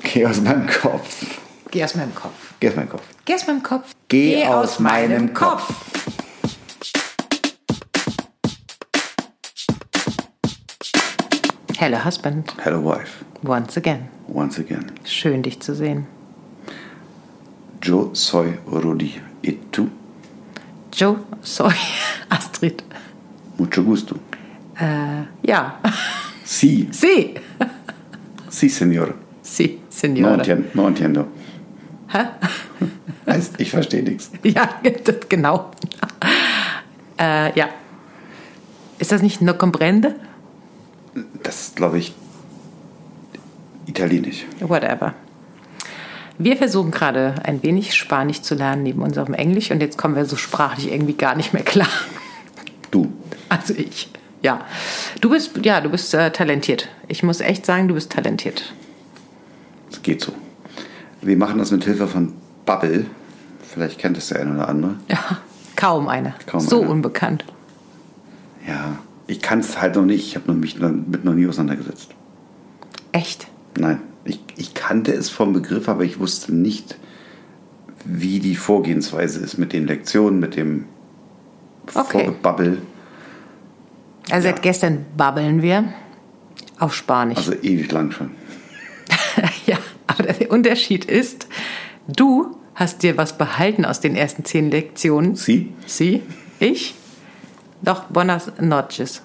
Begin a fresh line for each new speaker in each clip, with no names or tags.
Geh aus meinem Kopf.
Geh aus meinem Kopf.
Geh aus meinem Kopf.
Geh aus meinem Kopf.
Geh aus meinem Kopf.
Hello Husband,
Hello Wife,
once again.
once again.
Schön dich zu sehen.
Je soy Rudi et tu.
Joe, sorry, Astrid.
Mucho gusto.
Ja,
Si,
sie.
si, senor.
Sie,
No
Signore.
entiendo. No entiendo. Heißt, ich verstehe nichts.
Ja, das, genau. Äh, ja. Ist das nicht No Comprende?
Das ist, glaube ich, italienisch.
Whatever. Wir versuchen gerade ein wenig Spanisch zu lernen neben unserem Englisch und jetzt kommen wir so sprachlich irgendwie gar nicht mehr klar.
Du.
Also ich. Ja. Du bist, ja, du bist äh, talentiert. Ich muss echt sagen, du bist talentiert.
Es geht so. Wir machen das mit Hilfe von Bubble. Vielleicht kennt es der eine oder andere.
Ja. Kaum eine.
Kaum
so
eine.
unbekannt.
Ja, ich kann es halt noch nicht. Ich habe mich damit noch nie auseinandergesetzt.
Echt.
Nein, ich, ich kannte es vom Begriff, aber ich wusste nicht, wie die Vorgehensweise ist mit den Lektionen, mit dem
Okay.
Vorgebubble.
Also
Ja.
seit gestern babbeln wir auf Spanisch.
Also ewig lang schon.
ja, aber der Unterschied ist, du hast dir was behalten aus den ersten zehn Lektionen.
Sie?
Sie? Ich? Doch, buenas noches.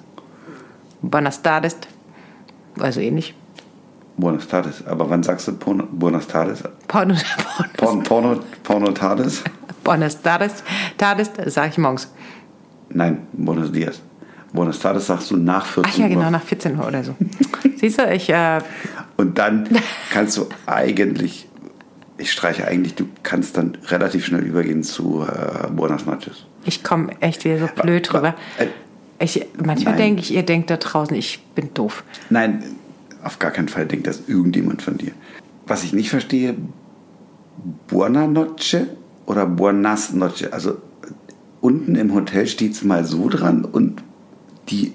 Buenas tardes. Also ähnlich.
Buenas tardes. Aber wann sagst du Porno, Buenas tardes?
Porno,
Porn, Porno, Porno tardes?
buenas tardes. Tardes sage ich morgens.
Nein, Buenos dias. Buenas tardes sagst du nach 14
Ach ja, genau,
Uhr.
nach 14 Uhr oder so. Siehst du, ich, äh,
Und dann kannst du eigentlich, ich streiche eigentlich, du kannst dann relativ schnell übergehen zu äh, Buenas noches.
ich komme echt wieder so blöd
wa-
drüber.
äh,
Ich, manchmal
nein.
denke ich, ihr denkt da draußen, ich bin doof.
Nein, auf gar keinen Fall denkt das irgendjemand von dir. Was ich nicht verstehe, Buona Noche oder Buonas Noche. Also äh, unten im Hotel steht es mal so dran und die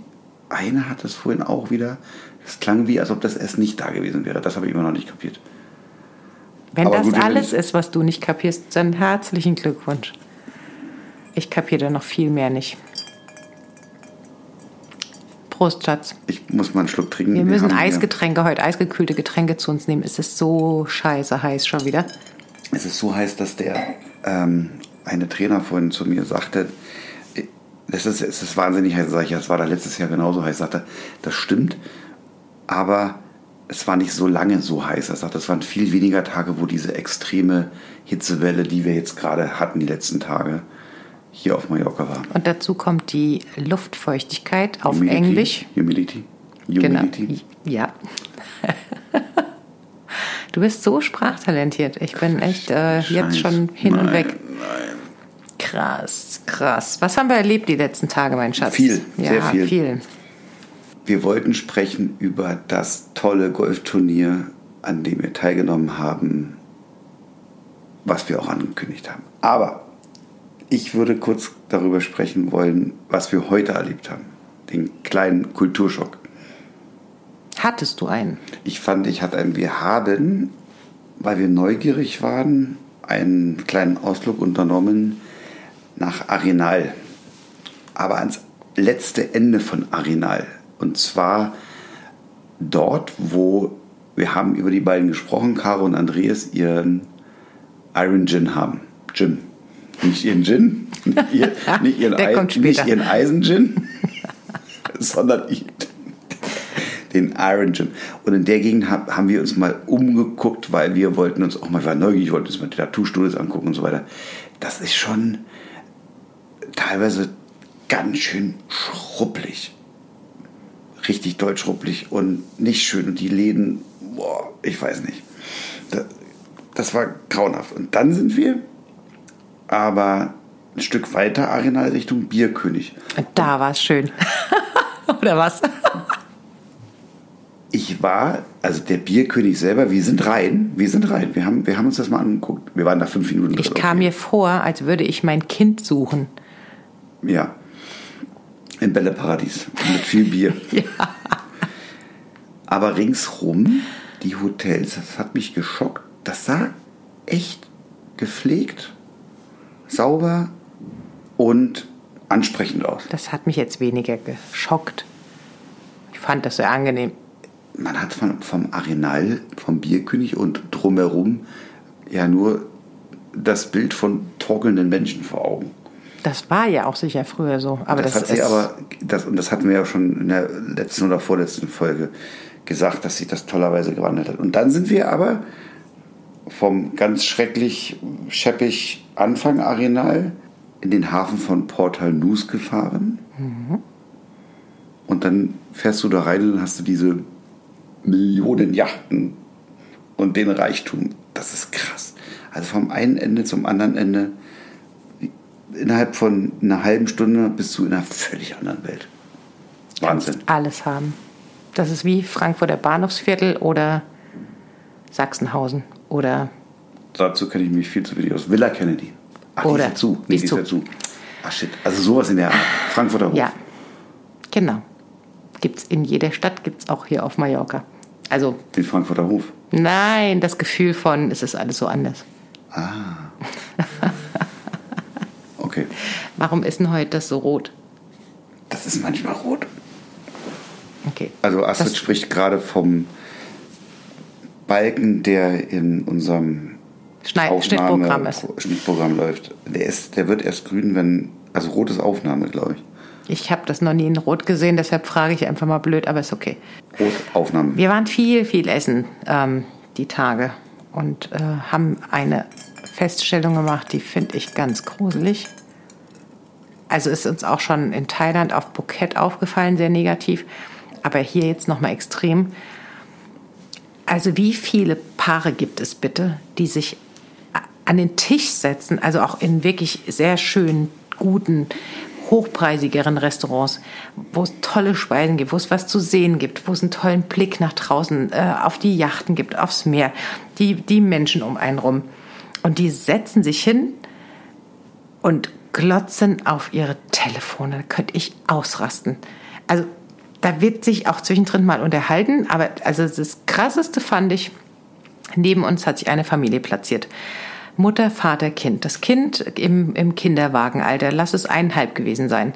eine hat es vorhin auch wieder. Es klang wie, als ob das Essen nicht da gewesen wäre. Das habe ich immer noch nicht kapiert.
Wenn
Aber
das
gut, wenn
alles
ich-
ist, was du nicht kapierst, dann herzlichen Glückwunsch. Ich kapiere da noch viel mehr nicht. Prost, Schatz.
Ich muss mal einen Schluck trinken.
Wir müssen
haben hier-
Eisgetränke heute, eisgekühlte Getränke zu uns nehmen. Es ist so scheiße heiß schon wieder.
Es ist so heiß, dass der ähm, eine Trainer vorhin zu mir sagte, äh, das ist, es ist wahnsinnig heiß, sag ich, ja, es war da letztes Jahr genauso heiß, sagte, das stimmt, aber es war nicht so lange so heiß. Er sagte, es waren viel weniger Tage, wo diese extreme Hitzewelle, die wir jetzt gerade hatten, die letzten Tage, hier auf Mallorca war.
Und dazu kommt die Luftfeuchtigkeit auf
Humidity,
Englisch.
Humidity. Humidity.
Genau. Ja. du bist so sprachtalentiert. Ich bin echt äh, jetzt
Scheiß.
schon hin und
Nein,
weg. Krass, krass. Was haben wir erlebt die letzten Tage, mein Schatz?
Viel,
ja,
sehr viel.
viel.
Wir wollten sprechen über das tolle Golfturnier, an dem wir teilgenommen haben, was wir auch angekündigt haben. Aber ich würde kurz darüber sprechen wollen, was wir heute erlebt haben. Den kleinen Kulturschock.
Hattest du einen?
Ich fand, ich hatte einen, wir haben, weil wir neugierig waren, einen kleinen Ausflug unternommen nach Arenal. Aber ans letzte Ende von Arenal. Und zwar dort, wo wir haben über die beiden gesprochen, Caro und Andreas, ihren Iron Gin haben. Gin. Nicht ihren Gin, nicht, ihr, nicht, ihren,
Der
Ei-
kommt später.
nicht ihren Eisen-Gin, sondern i- den Iron Gin. Und in der Gegend hab, haben wir uns mal umgeguckt, weil wir wollten uns auch mal, wir waren neugierig, wollten uns mal die Tattoo-Studios angucken und so weiter. Das ist schon teilweise ganz schön schruppelig richtig deutschruppelig und nicht schön. Und die Läden, boah, ich weiß nicht. Das, das war grauenhaft. Und dann sind wir aber ein Stück weiter Arenal Richtung Bierkönig.
Da war es schön. Oder was?
Ich war, also der Bierkönig selber, wir sind rein, wir sind rein. Wir haben, wir haben uns das mal angeguckt. Wir waren da fünf Minuten.
Ich
drin.
kam mir vor, als würde ich mein Kind suchen.
Ja. Im Bälleparadies. Mit viel Bier. Aber ringsrum die Hotels, das hat mich geschockt. Das sah echt gepflegt, sauber und ansprechend aus.
Das hat mich jetzt weniger geschockt. Ich fand das sehr angenehm.
Man hat von, vom Arenal, vom Bierkönig und drumherum ja nur das Bild von torkelnden Menschen vor Augen.
Das war ja auch sicher früher so. Aber das,
hat sie
ist,
aber, das, und das hatten wir ja schon in der letzten oder vorletzten Folge gesagt, dass sich das tollerweise gewandelt hat. Und dann sind wir aber vom ganz schrecklich scheppig Anfang Arenal in den Hafen von Port Nus gefahren.
Mhm.
Und dann fährst du da rein und dann hast du diese Millionen Yachten und den Reichtum. Das ist krass. Also vom einen Ende zum anderen Ende innerhalb von einer halben Stunde bist du in einer völlig anderen Welt. Wahnsinn.
alles haben. Das ist wie Frankfurter Bahnhofsviertel oder Sachsenhausen oder
Dazu kenne ich mich viel zu wenig aus. Villa Kennedy. Ach, die
Oder-
ist ja zu. Nee, die ist ja zu. Ach shit. Also sowas in der Art. Frankfurter Hof.
ja. Genau. Gibt's in jeder Stadt, gibt's auch hier auf Mallorca. Also
Den Frankfurter Hof.
nein, das Gefühl von es ist alles so anders.
Okay.
Warum ist denn heute das so rot?
Das ist manchmal rot.
Okay.
Also Astrid
Das-
spricht gerade vom Balken, der in unserem
Schneid-
Aufnahme-
Schnittprogramm ist.
Schnittprogramm läuft. Der, ist, der wird erst grün, wenn. Also rot ist Aufnahme, glaube ich.
Ich habe das noch nie in Rot gesehen, deshalb frage ich einfach mal blöd, aber ist okay.
Rot Aufnahme.
Wir waren viel, viel essen ähm, die Tage und äh, haben eine Feststellung gemacht, die finde ich ganz gruselig. Also ist uns auch schon in Thailand auf Phuket aufgefallen, sehr negativ, aber hier jetzt nochmal extrem. Also wie viele Paare gibt es bitte, die sich a- an den Tisch setzen, also auch in wirklich sehr schönen, guten, hochpreisigeren Restaurants, wo es tolle Speisen gibt, wo es was zu sehen gibt, wo es einen tollen Blick nach draußen äh, auf die Yachten gibt, aufs Meer, die, die Menschen um einen rum. Und die setzen sich hin und glotzen auf ihre Telefone. Da könnte ich ausrasten. Also da wird sich auch zwischendrin mal unterhalten, aber also das Krasseste fand ich, neben uns hat sich eine Familie platziert. Mutter, Vater, Kind. Das Kind im, im Kinderwagenalter, lass es eineinhalb gewesen sein.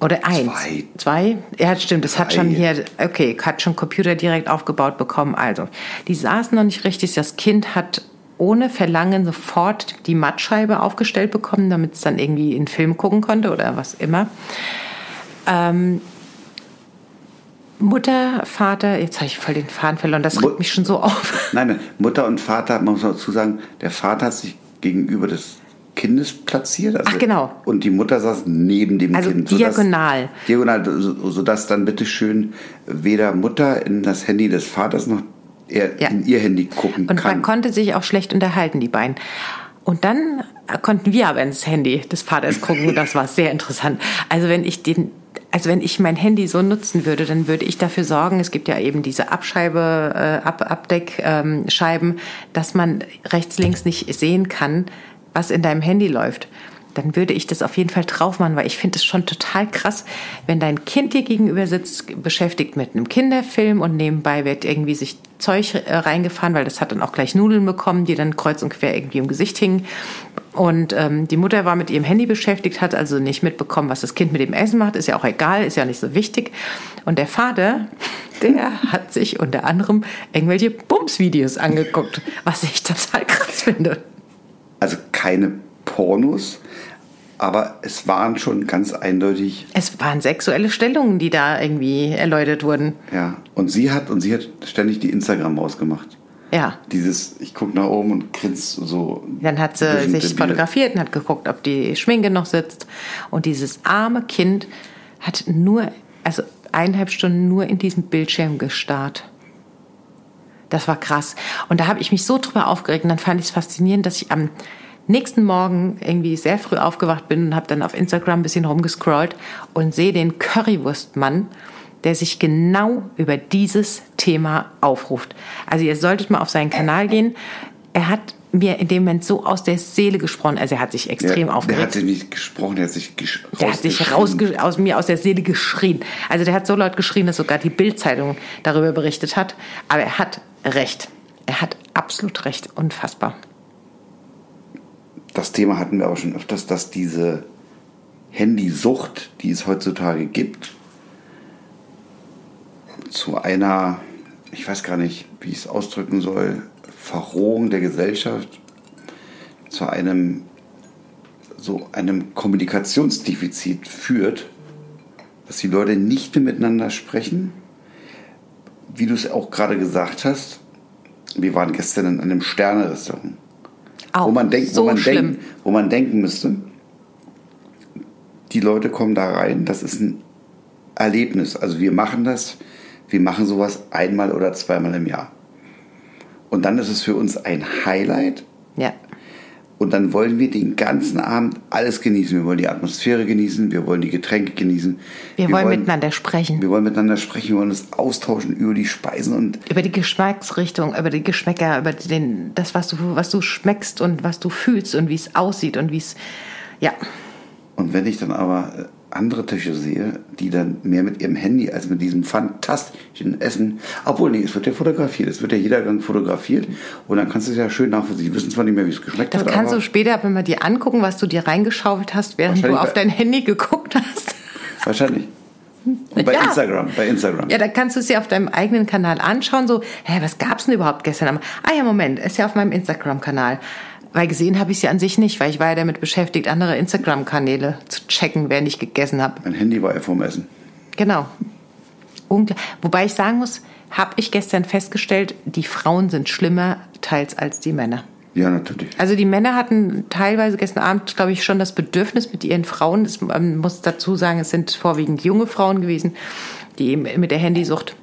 Oder eins.
Zwei.
Zwei? Ja, stimmt. Das hat
Drei.
schon hier, okay, hat schon Computer direkt aufgebaut bekommen. Also, die saßen noch nicht richtig. Das Kind hat ohne Verlangen sofort die Mattscheibe aufgestellt bekommen, damit es dann irgendwie in Film gucken konnte oder was immer. Ähm, Mutter, Vater, jetzt habe ich voll den Faden verloren. Das
Mu-
regt mich schon so auf.
Nein, nein, Mutter und Vater, man muss dazu sagen, der Vater hat sich gegenüber des Kindes platziert. Also
Ach, genau.
Und die Mutter saß neben dem
Also
Kind.
diagonal.
Diagonal, so- sodass dann bitteschön weder Mutter in das Handy des Vaters noch er
Ja.
in ihr Handy gucken
Und
kann.
man konnte sich auch schlecht unterhalten, die beiden. Und dann konnten wir aber ins Handy des Vaters gucken. Das war sehr interessant. Also wenn ich den, also wenn ich mein Handy so nutzen würde, dann würde ich dafür sorgen. Es gibt ja eben diese Abscheibe, äh, Ab Abdeckscheiben, ähm, Scheiben, dass man rechts links nicht sehen kann, was in deinem Handy läuft. Dann würde ich das auf jeden Fall drauf machen, weil ich finde es schon total krass, wenn dein Kind dir gegenüber sitzt, beschäftigt mit einem Kinderfilm und nebenbei wird irgendwie sich Zeug äh, reingefahren, weil das hat dann auch gleich Nudeln bekommen, die dann kreuz und quer irgendwie im Gesicht hingen. Und ähm, die Mutter war mit ihrem Handy beschäftigt, hat also nicht mitbekommen, was das Kind mit dem Essen macht. Ist ja auch egal, ist ja nicht so wichtig. Und der Vater, der hat sich unter anderem irgendwelche Bums-Videos angeguckt, was ich total krass finde.
Also keine Pornos, aber es waren schon ganz eindeutig,
Es waren sexuelle Stellungen, die da irgendwie erläutert wurden.
ja. Und sie hat, und sie hat ständig die Instagram-Maus gemacht.
Ja.
Dieses, ich gucke nach oben und grinst so.
Dann hat sie
bisschen
sich
debil.
fotografiert und hat geguckt, ob die Schminke noch sitzt. Und dieses arme Kind hat nur, also eineinhalb Stunden nur in diesen Bildschirm gestarrt. Das war krass. Und da habe ich mich so drüber aufgeregt und dann fand ich es faszinierend, dass ich am nächsten Morgen irgendwie sehr früh aufgewacht bin und habe dann auf Instagram ein bisschen rumgescrollt und sehe den Currywurstmann, der sich genau über dieses Thema aufruft. Also ihr solltet mal auf seinen Kanal gehen. er hat mir in dem Moment so aus der Seele gesprochen. Also er hat sich extrem
der,
aufgeregt.
Der hat sich nicht gesprochen, der hat sich gesch
Der hat sich
rausgeschrieben.
rausge aus mir aus der Seele geschrien. Also der hat so laut geschrien, dass sogar die Bild-Zeitung darüber berichtet hat. Aber er hat recht. Er hat absolut recht. Unfassbar.
Das Thema hatten wir aber schon öfters, dass diese Handysucht, die es heutzutage gibt, zu einer, ich weiß gar nicht, wie ich es ausdrücken soll, Verrohung der Gesellschaft, zu einem so einem Kommunikationsdefizit führt, dass die Leute nicht mehr miteinander sprechen. Wie du es auch gerade gesagt hast, wir waren gestern in einem Sterne-Restaurant
Auch
wo man denkt,
so
wo man
schlimm.
denken, wo man denken müsste, die Leute kommen da rein, das ist ein Erlebnis. Also wir machen das, wir machen sowas einmal oder zweimal im Jahr. Und dann ist es für uns ein Highlight
Ja.
und dann wollen wir den ganzen Abend alles genießen. Wir wollen die Atmosphäre genießen, wir wollen die Getränke genießen.
Wir, wollen, miteinander sprechen.
Wir wollen miteinander sprechen, wir wollen uns austauschen über die Speisen und
über die Geschmacksrichtung, über die Geschmäcker, über den, das, was du, was du schmeckst und was du fühlst und wie es aussieht und wie es. Ja,
Und wenn ich dann aber äh, andere Tische sehe, die dann mehr mit ihrem Handy als mit diesem fantastischen Essen, obwohl, nee, es wird ja fotografiert, es wird ja jeder Gang fotografiert und dann kannst du es ja schön nachvollziehen. Die wissen zwar nicht mehr, wie es geschmeckt
das
hat,
kannst
aber
du später, wenn wir dir angucken, was du dir reingeschaufelt hast, während du
Wahrscheinlich
auf
bei-
dein Handy geguckt hast.
wahrscheinlich. Und bei
Hm, Ja.
Instagram, bei Instagram.
Ja, da kannst du es ja auf deinem eigenen Kanal anschauen, so, hä, was gab's denn überhaupt gestern? Abend? Ah ja, Moment, ist ja auf meinem Instagram-Kanal. Weil gesehen habe ich sie ja an sich nicht, weil ich war ja damit beschäftigt, andere Instagram-Kanäle zu checken, während ich gegessen habe.
Mein Handy war ja vorm Essen.
Genau. Unklar. Wobei ich sagen muss, habe ich gestern festgestellt, die Frauen sind schlimmer teils als die Männer.
Ja, natürlich.
Also die Männer hatten teilweise gestern Abend, glaube ich, schon das Bedürfnis mit ihren Frauen. Es man muss dazu sagen, es sind vorwiegend junge Frauen gewesen, die eben mit der Handysucht,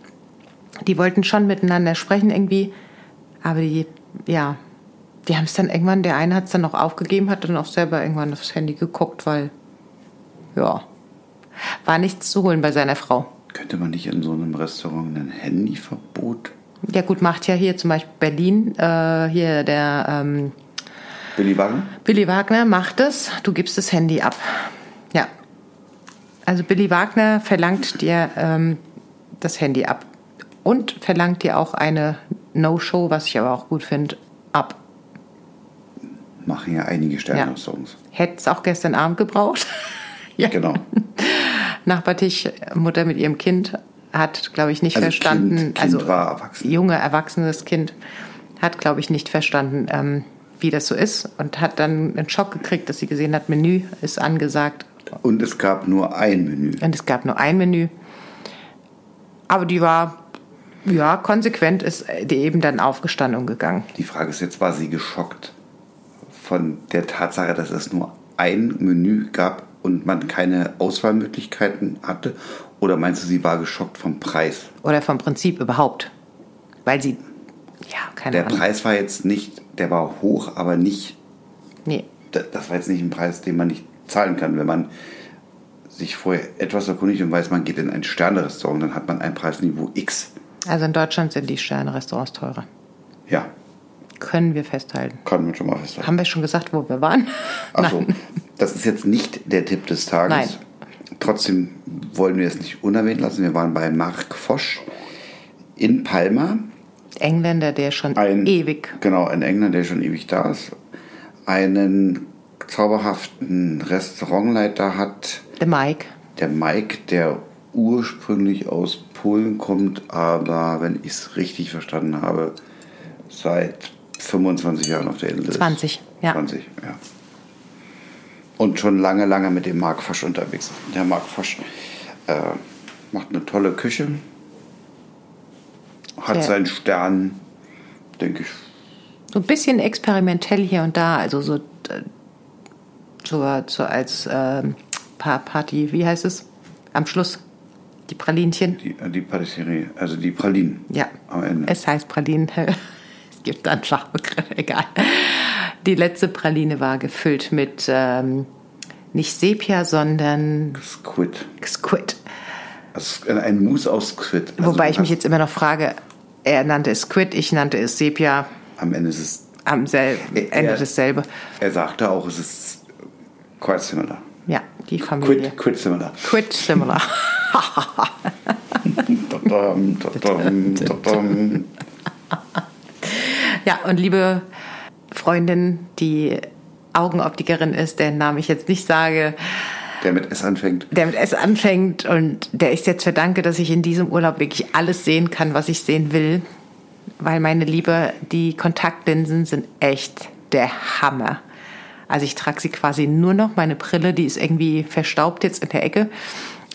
die wollten schon miteinander sprechen irgendwie, aber die, ja, die haben es dann irgendwann, der eine hat es dann noch aufgegeben, hat dann auch selber irgendwann aufs Handy geguckt, weil, ja, war nichts zu holen bei seiner Frau.
Könnte man nicht in so einem Restaurant ein Handyverbot?
Ja gut, macht ja hier zum Beispiel Berlin, äh, hier der ähm,
Billy Wagner?
Billy Wagner macht es, du gibst das Handy ab. Ja. Also Billy Wagner verlangt dir ähm, das Handy ab und verlangt dir auch eine No-Show, was ich aber auch gut finde, ab.
Machen ja einige Sterne-Restaurants.
Hätte es auch gestern Abend gebraucht. ja.
Genau.
Nachbartisch, Mutter mit ihrem Kind hat, glaube ich, nicht
Also
verstanden.
Kind, kind
also
war erwachsen.
junge, erwachsenes Kind hat, glaube ich, nicht verstanden, ähm, wie das so ist und hat dann einen Schock gekriegt, dass sie gesehen hat, Menü ist angesagt
Und es gab nur ein Menü.
und es gab nur ein Menü. Aber die war, ja, konsequent ist die eben dann aufgestanden und gegangen.
Die Frage ist jetzt, war sie geschockt von der Tatsache, dass es nur ein Menü gab und man keine Auswahlmöglichkeiten hatte? Oder meinst du, sie war geschockt vom Preis?
Oder vom Prinzip überhaupt. Weil sie, ja, keine
Der
Ahnung.
Preis war jetzt nicht, der war hoch, aber nicht,
Nee.
da- das war jetzt nicht ein Preis, den man nicht zahlen kann. Wenn man sich vorher etwas erkundigt und weiß, man geht in ein Sterne-Restaurant, dann hat man ein Preisniveau X.
Also in Deutschland sind die Sterne-Restaurants teurer.
Ja,
Können wir festhalten.
kann man schon mal festhalten.
Haben wir schon gesagt, wo wir waren?
Achso,
Nein.
Also, das ist jetzt nicht der Tipp des Tages.
Nein.
Trotzdem wollen wir es nicht unerwähnt lassen. Wir waren bei Mark Fosch in Palma.
Engländer, der schon
Ein,
ewig.
Genau, ein Engländer, der schon ewig da ist. Einen zauberhaften Restaurantleiter hat,
Der Mike.
der Mike, der ursprünglich aus Polen kommt, aber wenn ich es richtig verstanden habe, seit 25 Jahren auf der Insel ist.
20, ja.
20, ja. Und schon lange, lange mit dem Marc Fosch unterwegs. ist. Der Marc Fosch äh, macht eine tolle Küche, hat
Ja.
seinen Stern, denke ich.
So ein bisschen experimentell hier und da, also so, äh, so, so als ähm, Pa- Party, wie heißt es? Am Schluss. Die Pralinchen.
Die, die Patisserie, also die Pralinen.
Ja.
Am Ende.
Es heißt Pralinen. es gibt einen Fachbegriff, egal. Die letzte Praline war gefüllt mit ähm, nicht Sepia, sondern
Squid.
Squid.
Also ein Mousse aus Squid. Also
Wobei ich
du
mich
hast-
jetzt immer noch frage, er nannte es Squid, ich nannte es Sepia.
Am Ende ist es
am selben, Ende
ja.
dasselbe.
Er sagte auch, es ist quite similar.
Ja, die Familie.
Quit, quit similar.
Quit similar.
Tadam, tadam, tadam.
Ja, und liebe Freundin, die Augenoptikerin ist, deren Namen ich jetzt nicht sage,
Der mit S anfängt.
der mit S anfängt und der ich jetzt verdanke, dass ich in diesem Urlaub wirklich alles sehen kann, was ich sehen will. Weil meine Liebe, die Kontaktlinsen sind echt der Hammer. Also ich trage sie quasi nur noch. Meine Brille, die ist irgendwie verstaubt jetzt in der Ecke.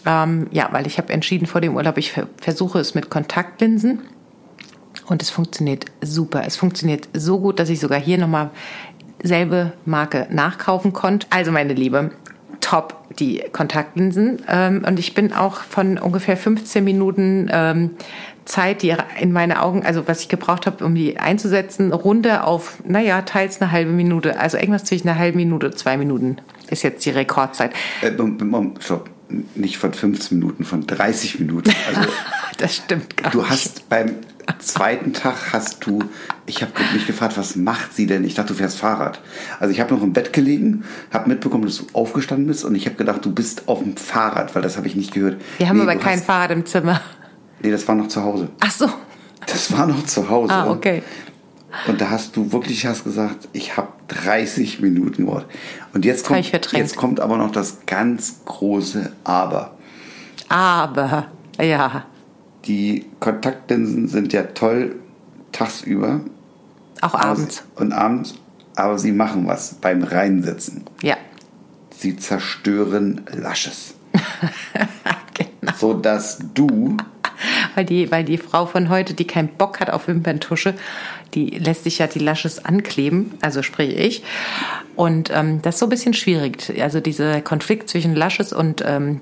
Ähm, ja, weil ich habe entschieden vor dem Urlaub, ich ver versuche es mit Kontaktlinsen. Und es funktioniert super. Es funktioniert so gut, dass ich sogar hier nochmal selbe Marke nachkaufen konnte. Also meine Liebe, top die Kontaktlinsen. Ähm, und ich bin auch von ungefähr 15 Minuten ähm, Zeit, die in meine Augen, also was ich gebraucht habe, um die einzusetzen, runter auf, naja, teils eine halbe Minute. Also irgendwas zwischen einer halben Minute und zwei Minuten ist jetzt die Rekordzeit.
Äh, Moment, Moment, stopp. Nicht von 15 Minuten, von 30 Minuten. Also
Das stimmt gar
du
nicht.
hast beim zweiten Tag hast du, ich habe mich gefragt, was macht sie denn? Ich dachte, du fährst Fahrrad. Also ich habe noch im Bett gelegen, habe mitbekommen, dass du aufgestanden bist und ich habe gedacht, du bist auf dem Fahrrad, weil das habe ich nicht gehört.
Wir haben
Nee,
aber
du
kein
hast-
Fahrrad im Zimmer.
Nee, das war noch zu Hause.
Ach so.
Das war noch zu Hause.
Ah, okay.
Und da hast du wirklich hast gesagt, ich habe 30 Minuten gebraucht. Und jetzt
hab
kommt,
ich verdrängt.
jetzt kommt aber noch das ganz große Aber.
Aber, ja.
Die Kontaktlinsen sind ja toll tagsüber
Auch abends.
und abends, aber sie machen was beim Reinsetzen.
Ja.
Sie zerstören Lasches,
genau.
sodass du
Weil die, weil die Frau von heute, die keinen Bock hat auf Wimperntusche, die lässt sich ja die Lashes ankleben, also sprich ich. Und ähm, das ist so ein bisschen schwierig. Also dieser Konflikt zwischen Lashes und ähm,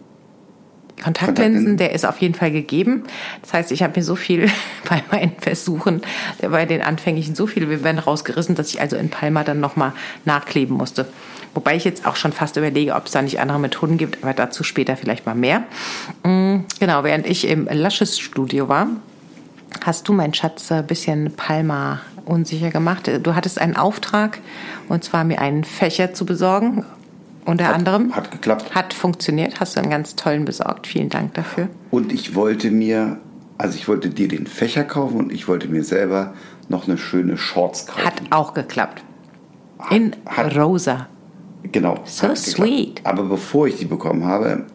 Kontaktlinsen,
Kontaktlinsen.
der ist auf jeden Fall gegeben. Das heißt, ich habe mir so viel bei meinen Versuchen, bei den anfänglichen so viele Wimpern rausgerissen, dass ich also in Palma dann nochmal nachkleben musste. Wobei ich jetzt auch schon fast überlege, ob es da nicht andere Methoden gibt, aber dazu später vielleicht mal mehr. Mm, Genau, während ich im Lashes-Studio war, hast du, mein Schatz, ein bisschen Palma unsicher gemacht. Du hattest einen Auftrag, und zwar mir einen Fächer zu besorgen, unter anderem.
hat geklappt.
Hat funktioniert, hast du einen ganz tollen besorgt. Vielen Dank dafür.
Und ich wollte mir, also ich wollte dir den Fächer kaufen und ich wollte mir selber noch eine schöne Shorts kaufen.
Hat auch geklappt. In
hat-
rosa.
Genau.
So
hat geklappt.
sweet.
Aber bevor ich die bekommen habe,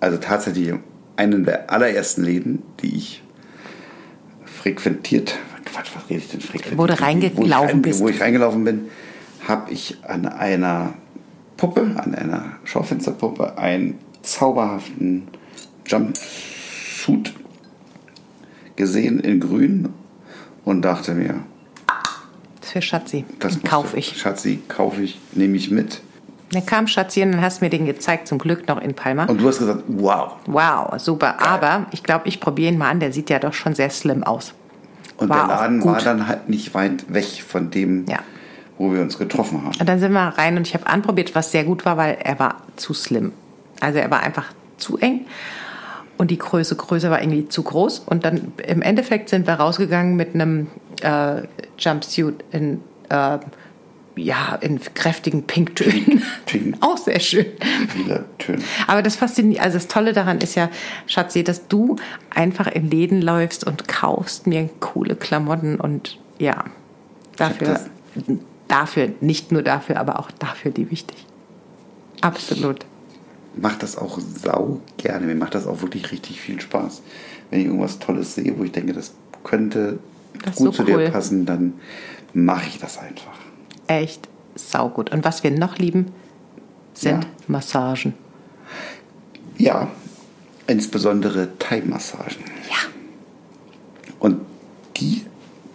also tatsächlich in einem der allerersten Läden, die ich frequentiert, Quatsch, was rede ich denn frequentiert?
Wo du
wo ich,
reingelaufen
rein-
bist.
Wo ich reingelaufen bin, habe ich an einer Puppe, an einer Schaufensterpuppe, einen zauberhaften Jumpsuit gesehen in grün und dachte mir,
Das ist für Schatzi.
das
Den
musst
kauf
du.
ich.
Schatzi, kaufe ich, nehme ich mit.
Dann kam Schatzi und dann hast du mir den gezeigt, zum Glück noch in Palma.
Und du hast gesagt, wow,
Wow, super. Aber ich glaube, ich probiere ihn mal an. Der sieht ja doch schon sehr slim aus.
Und
War
der
auch
Laden war
gut.
dann halt nicht weit weg von dem,
Ja.
wo wir uns getroffen haben.
Und dann sind wir rein und ich habe anprobiert, was sehr gut war, weil er war zu slim. Also er war einfach zu eng und die Größe Größe war irgendwie zu groß. Und dann im Endeffekt sind wir rausgegangen mit einem äh, Jumpsuit in, äh, ja, in kräftigen Pinktönen.
Pink,
Auch sehr schön.
viele Töne.
Aber das fasziniert, also das Tolle daran ist ja, Schatzi, dass du einfach in Läden läufst und kaufst mir coole Klamotten und ja, dafür,
das-
dafür, nicht nur dafür, aber auch dafür die wichtig. Absolut.
Macht das auch sau gerne. Mir macht das auch wirklich richtig viel Spaß. Wenn ich irgendwas Tolles sehe, wo ich denke, das könnte
Das ist
gut
so
zu
cool.
dir passen, dann mache ich das einfach.
Echt saugut. Und was wir noch lieben, sind
Ja.
Massagen.
Ja, insbesondere Thai-Massagen.
Ja.
Und die,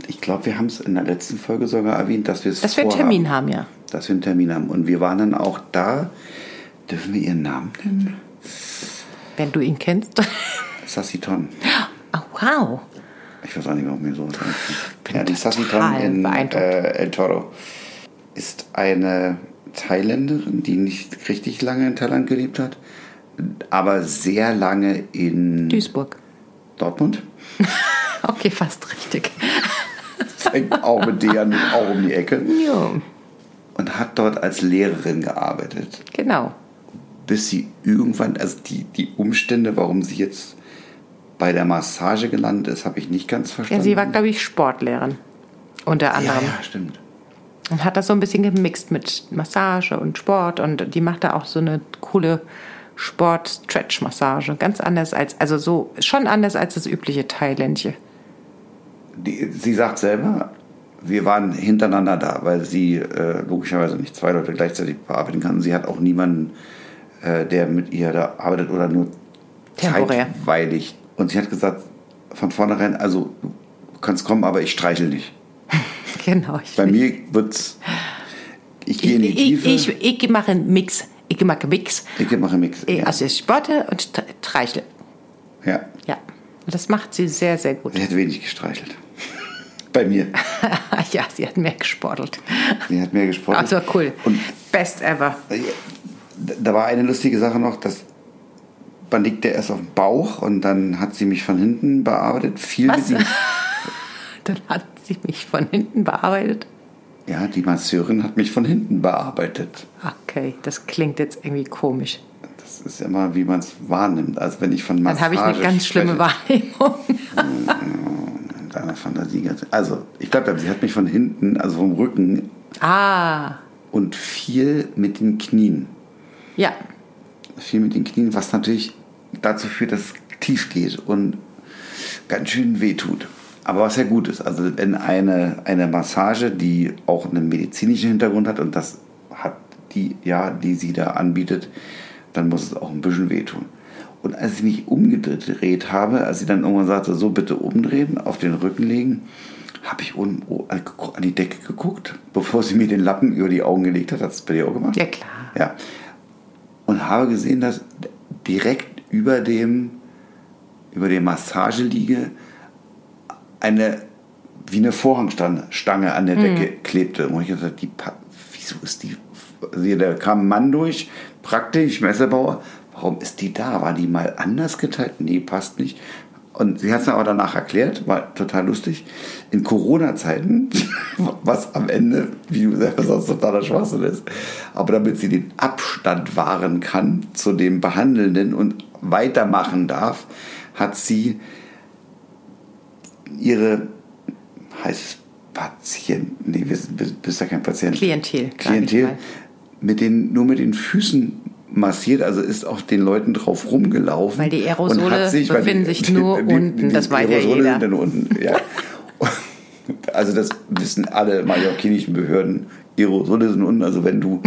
ich glaube, wir haben es in der letzten Folge sogar erwähnt, dass wir es
Dass wir einen
vorhaben.
Termin haben, ja.
dass wir einen Termin haben. Und wir waren dann auch da. Dürfen wir ihren Namen nennen?
Wenn du ihn kennst.
Sassy Ton.
Oh, wow.
Ich weiß auch nicht, warum mir so
Bin
Ja, die Sassy Ton
total
in
beeindruckt.
äh, El Toro ist eine Thailänderin, die nicht richtig lange in Thailand gelebt hat, aber sehr lange in
Duisburg.
Dortmund.
Okay, fast richtig.
fängt auch mit Dejan mit auch um die Ecke
Ja,
und hat dort als Lehrerin gearbeitet,
genau.
bis sie irgendwann, also die, die Umstände, warum sie jetzt bei der Massage gelandet ist, habe ich nicht ganz
Ja,
verstanden.
sie war, glaube ich, Sportlehrerin. Unter
ja,
anderem.
ja, stimmt.
Und hat das so ein bisschen gemixt mit Massage und Sport. Und die macht da auch so eine coole Sport-Stretch-Massage. Ganz anders als, also so, schon anders als das übliche Thailändische.
Die, sie sagt selber, wir waren hintereinander da, weil sie äh, logischerweise nicht zwei Leute gleichzeitig bearbeiten kann. Sie hat auch niemanden, äh, der mit ihr da arbeitet oder nur
Temporär.
zeitweilig. Und sie hat gesagt, von vornherein, also du kannst kommen, aber ich streichel nicht.
Genau. Ich,
Bei mir wird's. Ich gehe in die
ich,
Tiefe.
ich, ich, ich mache einen Mix. Ich mache einen Mix.
Ich mache Mix.
Ich-
Ja.
Also ich sporte und stre- streichle.
ja.
Ja. Und das macht sie sehr, sehr gut.
Sie hat wenig gestreichelt. Bei mir.
ja, sie hat mehr gesportelt.
Sie hat mehr gesprochen.
Also cool.
Und
Best ever.
äh, da war eine lustige Sache noch, dass man liegt ja erst auf dem Bauch und dann hat sie mich von hinten bearbeitet. Viel
Was?
Mit ihm.
Dann hat sie mich von hinten bearbeitet.
Ja, die Masseurin hat mich von hinten bearbeitet.
Okay, das klingt jetzt irgendwie komisch.
Das ist immer, wie man es wahrnimmt. Also wenn ich von
Dann
Massage
habe ich eine ganz schlimme
spreche,
Wahrnehmung.
mit einer Fantasie ganz- Also ich glaube, sie hat mich von hinten, also vom Rücken
Ah,
und viel mit den Knien.
ja.
viel mit den Knien, was natürlich dazu führt, dass es tief geht und ganz schön weh tut. Aber was ja gut ist, also wenn eine, eine Massage, die auch einen medizinischen Hintergrund hat und das hat die, ja, die sie da anbietet, dann muss es auch ein bisschen wehtun. Und als ich mich umgedreht habe, als sie dann irgendwann sagte, so bitte umdrehen, auf den Rücken legen, habe ich unten an die Decke geguckt, bevor sie mir den Lappen über die Augen gelegt hat. Hat es bei dir auch gemacht?
Ja, klar.
Ja. Und habe gesehen, dass direkt über dem, über der Massageliege eine, wie eine Vorhangstange an der Decke klebte. Und ich habe gesagt, die, pa- wieso ist die, also da kam ein Mann durch, praktisch, Messerbauer, warum ist die da? War die mal anders geteilt? Nee, passt nicht. Und sie hat es mir aber danach erklärt, war total lustig. In Corona-Zeiten, was am Ende, wie du selber sagst, totaler Schwachsinn ist, aber damit sie den Abstand wahren kann zu dem Behandelnden und weitermachen darf, hat sie ihre heißt es Patienten, nee, wir sind, wir- du bist ja kein Patient.
Klientel, sag ich
Klientel,
mal.
mit den, nur mit den Füßen massiert, also ist auf den Leuten drauf rumgelaufen.
Weil die
und
Aerosole
hat weil
befinden sich nur unten, das weiß ja
Aerosole
jeder.
sind dann unten, ja. Also das wissen alle mallorquinischen Behörden. Aerosole sind unten, also wenn du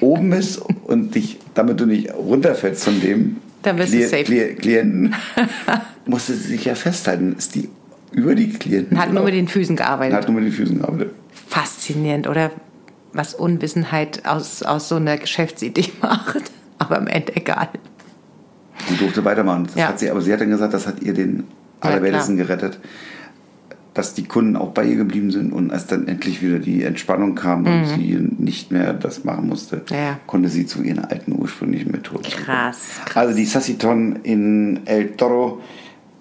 oben bist und dich, damit du nicht runterfällst von dem
Dann bist du
Klient-
safe.
Klient- Klienten, musste sie sich ja festhalten. Ist die über die Klienten.
Und hat nur mit den Füßen
gelaufen,
gearbeitet.
hat nur mit den Füßen gearbeitet.
Faszinierend, oder? Was Unwissenheit aus, aus so einer Geschäftsidee macht. Aber am Ende egal.
Sie durfte weitermachen. Das
Ja.
hat sie, aber sie hat dann gesagt, das hat ihr den
Ja,
allerwertesten gerettet, dass die Kunden auch bei ihr geblieben sind und als dann endlich wieder die Entspannung kam und sie nicht mehr das machen musste,
Mhm. Ja, ja.
konnte sie zu ihren alten ursprünglichen Methoden.
Krass.
Also die Sassiton in El Toro,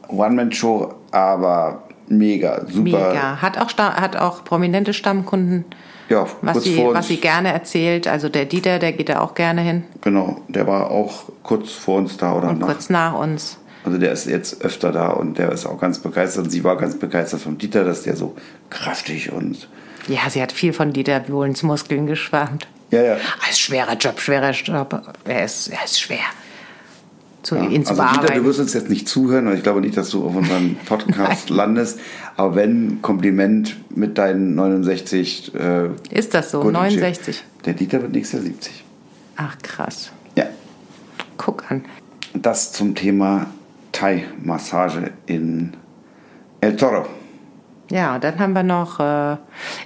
One-Man-Show, aber mega, super.
Mega. Hat auch, Sta- hat auch prominente Stammkunden,
Ja,
was
kurz
sie,
vor uns,
was sie gerne erzählt. Also der Dieter, der geht da auch gerne hin.
genau, der war auch kurz vor uns da oder
Und
nach
kurz nach uns.
Also der ist jetzt öfter da und der ist auch ganz begeistert. Und sie war ganz begeistert von Dieter, dass der so kraftig und
Ja, sie hat viel von Dieter Bohlens Muskeln geschwärmt.
ja, ja.
Ah, ist schwerer Job, schwerer Job. Er ist, er ist schwer. Zu
Ja,
ihn zu
also Dieter, du
bearbeiten.
wirst uns jetzt nicht zuhören, weil ich glaube nicht, dass du auf unserem Podcast landest. Aber wenn, Kompliment mit deinen 69. Äh,
ist das so?
Golden
69.
Chip. Der Dieter wird nächstes Jahr 70.
Ach krass.
Ja,
Guck an.
das zum Thema Thai-Massage in El Toro.
Ja, dann haben wir noch äh,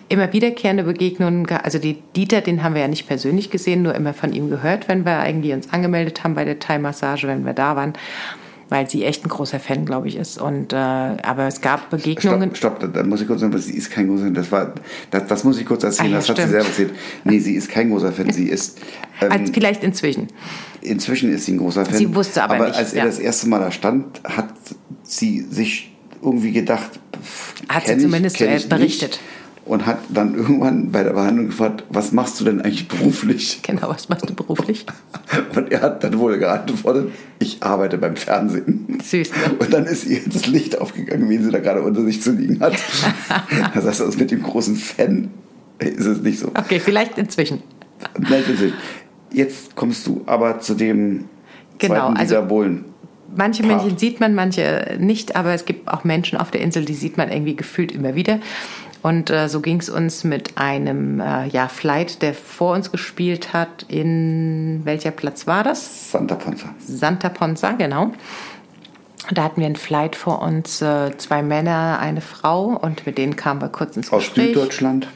immer wiederkehrende Begegnungen. ge- Also die Dieter, den haben wir ja nicht persönlich gesehen, nur immer von ihm gehört, wenn wir irgendwie uns angemeldet haben bei der Thai-Massage, wenn wir da waren, weil sie echt ein großer Fan, glaube ich, ist. Und äh, aber es gab Begegnungen.
Stopp, stopp, da, da muss ich kurz sagen, sie ist kein großer Fan. Das, war, das, das muss ich kurz erzählen,
Ah, ja,
das hat sie
stimmt.
selber erzählt. Nee, sie ist kein großer Fan. Sie ist,
als,
ähm,
vielleicht inzwischen.
inzwischen ist sie ein großer Fan.
Sie wusste aber nicht,
als er
ja.
das erste Mal da stand, hat sie sich irgendwie gedacht, pff,
Hat sie
kenn ich,
zumindest
kenn
so, äh,
ich nicht.
berichtet.
Und hat dann irgendwann bei der Behandlung gefragt, was machst du denn eigentlich beruflich?
Genau, was machst du beruflich?
Und er hat dann wohl geantwortet, ich arbeite beim Fernsehen.
Süß, ne?
Und dann ist ihr das Licht aufgegangen, wen sie da gerade unter sich zu liegen hat. Das heißt, das mit dem großen Fan ist es nicht so.
Okay, vielleicht inzwischen.
Nein, bitte. Jetzt kommst du aber zu dem
Genau,
zweiten
also-
dieser Bohlen.
Manche
Paar.
Männchen sieht man, manche nicht, aber es gibt auch Menschen auf der Insel, die sieht man irgendwie gefühlt immer wieder. Und äh, so ging es uns mit einem äh, ja, Flight, der vor uns gespielt hat. In welcher Platz war das?
Santa Ponza.
Santa Ponza, genau. Und Da hatten wir einen Flight vor uns, äh, zwei Männer, eine Frau und mit denen kamen wir kurz ins
Aus
Gespräch.
Süddeutschland.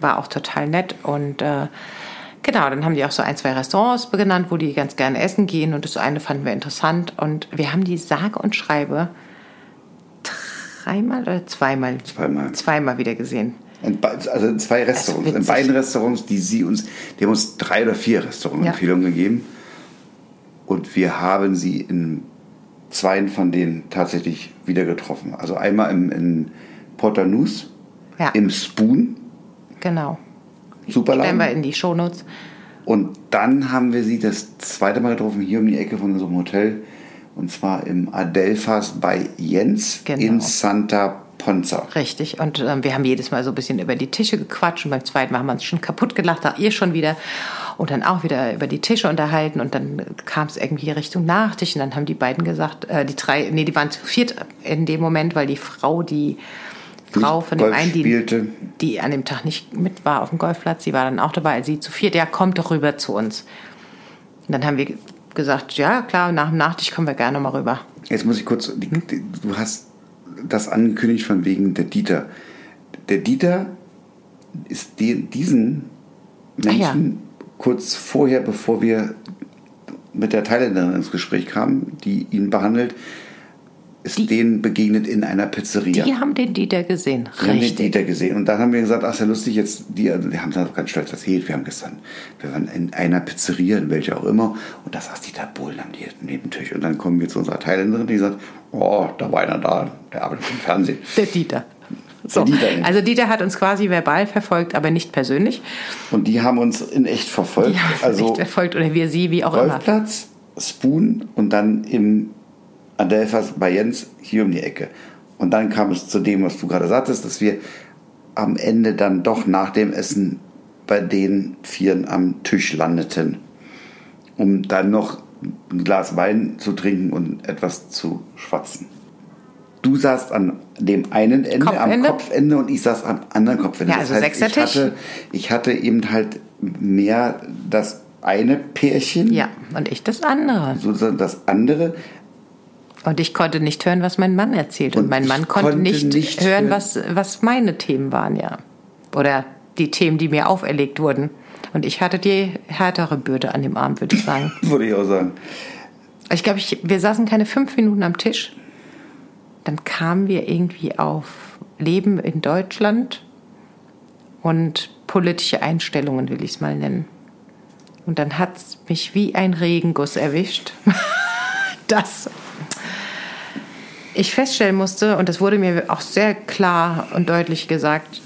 War auch total nett und äh, genau, dann haben die auch so ein, zwei Restaurants benannt, wo die ganz gerne essen gehen und das eine fanden wir interessant und wir haben die sage und schreibe dreimal oder zweimal?
Zweimal.
Zweimal wieder gesehen.
Und bei- also in zwei Restaurants, in
witzig.
beiden Restaurants, die sie uns, die haben uns drei oder vier Restaurantempfehlungen gegeben. Und wir haben sie in zwei von denen tatsächlich wieder getroffen. Also einmal im, in Portanus,
Ja.
im Spoon,
Genau. Stellen wir
Superladen.
in die Shownotes.
Und dann haben wir sie das zweite Mal getroffen, hier um die Ecke von unserem Hotel. Und zwar im Adelphas bei Jens
Genau.
in Santa Ponza.
Richtig. Und ähm, wir haben jedes Mal so ein bisschen über die Tische gequatscht und beim zweiten Mal haben wir uns schon kaputt gelacht, da ihr schon wieder. Und dann auch wieder über die Tische unterhalten und dann kam es irgendwie Richtung Nachtisch und dann haben die beiden gesagt, äh, die drei, nee, die waren zu viert in dem Moment, weil die Frau, die Frau
Nicht
von dem
Golf
einen,
spielte.
die, die an dem Tag nicht mit war auf dem Golfplatz, die war dann auch dabei, sie zu viert, ja, kommt doch rüber zu uns. Und dann haben wir gesagt, ja, klar, nach dem Nachtisch kommen wir gerne mal rüber.
Jetzt muss ich kurz, die,
Hm?
die, du hast das angekündigt von wegen der Dieter. Der Dieter ist den, diesen Menschen
Ah, ja.
kurz vorher, bevor wir mit der Thailänderin ins Gespräch kamen, die ihn behandelt, ist denen begegnet in einer Pizzeria.
Die haben den Dieter gesehen.
Wir haben den
Richtig.
Dieter gesehen und dann haben wir gesagt, ach, ist ja lustig, jetzt, die, also wir haben dann ganz stolz erzählt, wir haben gestern, wir waren in einer Pizzeria, in welcher auch immer, und da saß Dieter Bohlen am Nebentisch und dann kommen wir zu unserer Thailänderin, die sagt, oh, da war einer da, der arbeitet im Fernsehen.
Der Dieter. So.
Dieter.
Also Dieter hat uns quasi verbal verfolgt, aber nicht persönlich.
Und die haben uns in echt verfolgt,
Die haben uns
also
nicht verfolgt oder wir sie, wie auch immer.
Golfplatz, Spoon und dann im Adelphas bei Jens hier um die Ecke. Und dann kam es zu dem, was du gerade sagtest, dass wir am Ende dann doch nach dem Essen bei den Vieren am Tisch landeten, um dann noch ein Glas Wein zu trinken und etwas zu schwatzen. Du saßt an dem einen Ende, am
Kopfende?
Kopfende und ich saß am anderen Kopfende.
Ja, also sechster
ich
Tisch.
hatte, ich hatte eben halt mehr das eine Pärchen,
Ja, und ich das andere.
sozusagen das andere.
Und ich konnte nicht hören, was mein Mann erzählt. Und,
Und
mein
ich
Mann konnte,
konnte
nicht,
nicht
hören,
hören.
was, was meine Themen waren, ja. Oder die Themen, die mir auferlegt wurden. Und ich hatte die härtere Bürde an dem Abend, würde ich sagen.
Würde ich auch sagen.
Also Ich glaube, ich, wir saßen keine fünf Minuten am Tisch. Dann kamen wir irgendwie auf Leben in Deutschland und politische Einstellungen, will ich es mal nennen. Und dann hat es mich wie ein Regenguss erwischt, dass ich feststellen musste, und das wurde mir auch sehr klar und deutlich gesagt,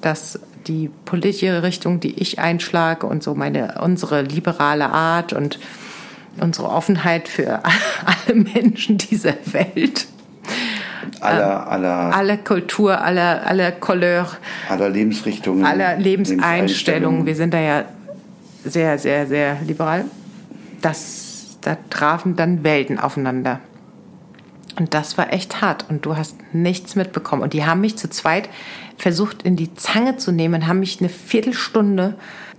dass die politische Richtung, die ich einschlage und so meine, unsere liberale Art und unsere Offenheit für alle Menschen dieser Welt, Ähm,
Aller, aller,
aller Kultur, aller, aller Couleur,
aller Lebensrichtungen.
aller Lebenseinstellungen,
Lebenseinstellungen.
wir sind da ja sehr, sehr, sehr liberal, das, da trafen dann Welten aufeinander. Und das war echt hart und du hast nichts mitbekommen. Und die haben mich zu zweit versucht in die Zange zu nehmen und haben mich eine Viertelstunde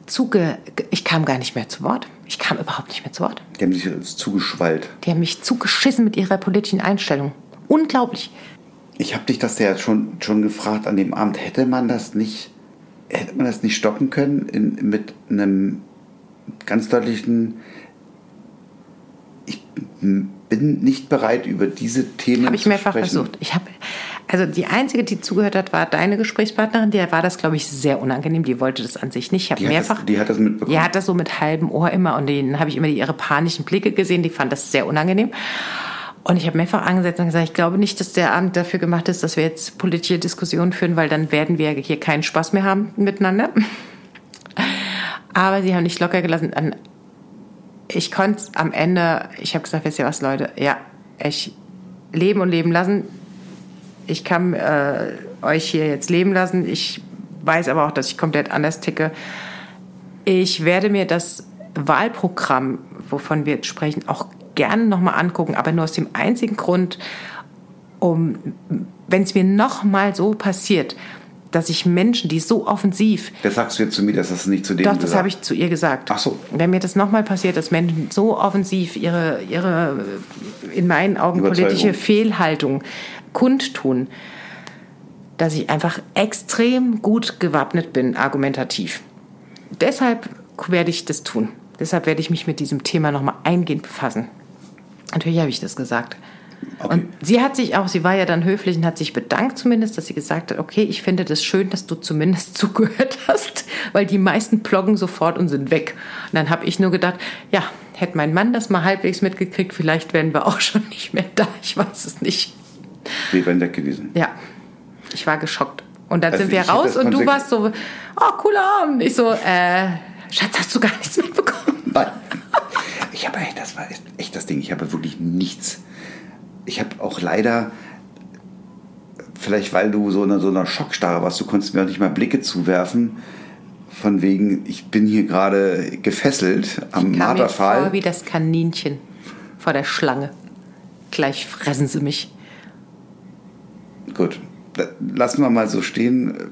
zuge... Ich kam gar nicht mehr zu Wort. Ich kam überhaupt nicht mehr zu Wort.
Die haben sich jetzt zugeschwallt.
Die haben mich zugeschissen mit ihrer politischen Einstellung. Unglaublich.
Ich habe dich das ja schon, schon gefragt an dem Abend. Hätte man das nicht, hätte man das nicht stoppen können in, mit einem ganz deutlichen, ich bin nicht bereit, über diese Themen
Habe ich
zu
mehrfach
sprechen.
versucht. Ich habe also die einzige, die zugehört hat, war deine Gesprächspartnerin. Der war das, glaube ich, sehr unangenehm. Die wollte das an sich nicht. Ich habe
Die hat,
mehrfach.
das, die hat das mitbekommen.
Die hat das so mit halbem Ohr immer und denen habe ich immer ihre panischen Blicke gesehen, die fand das sehr unangenehm. Und ich habe mehrfach angesetzt und gesagt, ich glaube nicht, dass der Abend dafür gemacht ist, dass wir jetzt politische Diskussionen führen, weil dann werden wir hier keinen Spaß mehr haben miteinander. Aber sie haben nicht locker gelassen. An- Ich konnte am Ende, ich habe gesagt, wisst ihr was, Leute, ja, ich leben und leben lassen. Ich kann äh, euch hier jetzt leben lassen. Ich weiß aber auch, dass ich komplett anders ticke. Ich werde mir das Wahlprogramm, wovon wir jetzt sprechen, auch gerne nochmal angucken, aber nur aus dem einzigen Grund, um, wenn es mir nochmal so passiert, dass ich Menschen, die so offensiv
Das sagst du jetzt zu mir, dass das nicht zu dem
doch, das habe ich zu ihr gesagt.
Ach so.
Wenn mir das nochmal passiert, dass Menschen so offensiv ihre, ihre in meinen Augen
Überzeugung.
politische Fehlhaltung kundtun, dass ich einfach extrem gut gewappnet bin, argumentativ. Deshalb werde ich das tun. Deshalb werde ich mich mit diesem Thema nochmal eingehend befassen. Natürlich habe ich das gesagt.
Okay.
Und sie hat sich auch, sie war ja dann höflich und hat sich bedankt zumindest, dass sie gesagt hat, okay, ich finde das schön, dass du zumindest zugehört hast, weil die meisten bloggen sofort und sind weg. Und dann habe ich nur gedacht, ja, hätte mein Mann das mal halbwegs mitgekriegt, vielleicht wären wir auch schon nicht mehr da. Ich weiß es nicht.
Wir wären weg gewesen.
Ja, ich war geschockt. Und dann
Also
sind wir
ich hätte
raus
das
und du
konsequ-
warst so, oh, cooler Abend. Ich so, äh, Schatz, hast du gar nichts mitbekommen?
Nein. Ich habe echt, das war echt, echt das Ding. Ich habe wirklich nichts. Ich habe auch leider, vielleicht weil du so in so einer Schockstarre warst, du konntest mir auch nicht mal Blicke zuwerfen. Von wegen, ich bin hier gerade gefesselt am
Kam mir vor
Marterpfahl.
wie das Kaninchen vor der Schlange. Gleich fressen sie mich.
Gut, da- lassen wir mal so stehen.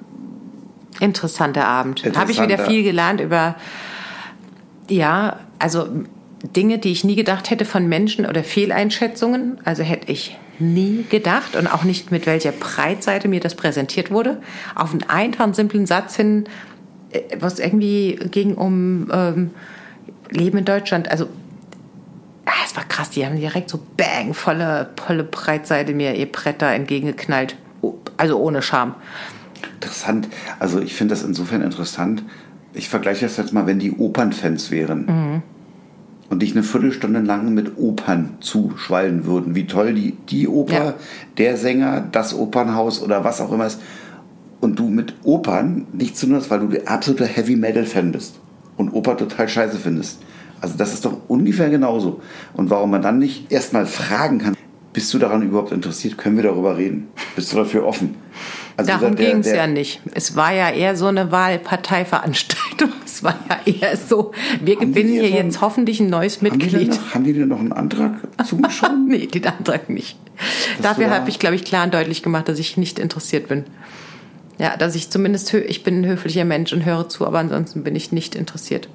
Interessanter Abend. Habe ich wieder
Interessanter-
viel gelernt über, ja, also Dinge, die ich nie gedacht hätte von Menschen oder Fehleinschätzungen. Also hätte ich nie gedacht und auch nicht mit welcher Breitseite mir das präsentiert wurde. Auf einen einfachen, simplen Satz hin, äh, was irgendwie ging um ähm, Leben in Deutschland. Also ah, es war krass, die haben direkt so bang, volle, volle Breitseite mir ihr Bretter entgegengeknallt. Oh, Also ohne Scham.
Interessant. Also ich finde das insofern interessant. Ich vergleiche das jetzt mal, wenn die Opernfans wären
Mhm.
und dich eine Viertelstunde lang mit Opern zuschwallen würden, wie toll die, die Oper,
Ja.
der Sänger, das Opernhaus oder was auch immer ist. Und du mit Opern nichts zu tun hast, weil du der absolute Heavy Metal Fan bist und Oper total scheiße findest. Also das ist doch ungefähr genauso. Und warum man dann nicht erstmal fragen kann, bist du daran überhaupt interessiert? Können wir darüber reden? Bist du dafür offen? Also
Darum
dieser- der-
ging es
der-
ja nicht. Es war ja eher so eine Wahlparteiveranstaltung. Es war ja eher so, wir
Haben die
gewinnen
dir
hier
so ein-
jetzt hoffentlich ein neues
Haben die, denn
Mitglied.
noch, haben die denn noch einen Antrag zugeschoben?
nee, den Antrag nicht.
du
Dafür
da-
habe ich, glaube ich, klar und deutlich gemacht, dass ich nicht interessiert bin. Ja, dass ich zumindest, hö- ich bin ein höflicher Mensch und höre zu, aber ansonsten bin ich nicht interessiert.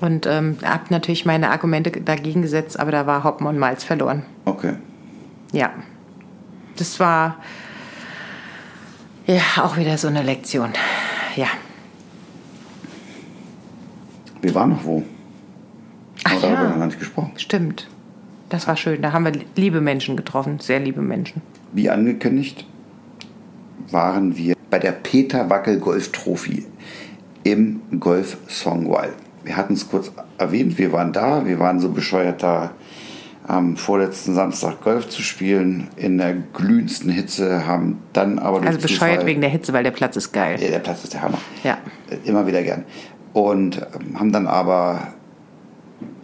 Und ähm, habe natürlich meine Argumente dagegen gesetzt, aber da war Hoppen und Malz verloren.
Okay.
Ja. Das war ja auch wieder so eine Lektion. Ja.
Wir waren noch wo?
Ach
Aber darüber
ja.
haben wir gar nicht gesprochen.
Stimmt. Das war schön. Da haben wir liebe Menschen getroffen, sehr liebe Menschen.
Wie angekündigt, waren wir bei der Peter Wackel Golf Trophy im Golf Songwall. Wir hatten es kurz erwähnt, wir waren da, wir waren so bescheuert da, am vorletzten Samstag Golf zu spielen, in der glühendsten Hitze, haben dann aber durch
Also bescheuert
Zufall-
wegen der Hitze, weil der Platz ist geil.
Ja, der Platz ist der Hammer.
Ja.
Immer wieder gern. Und ähm, haben dann aber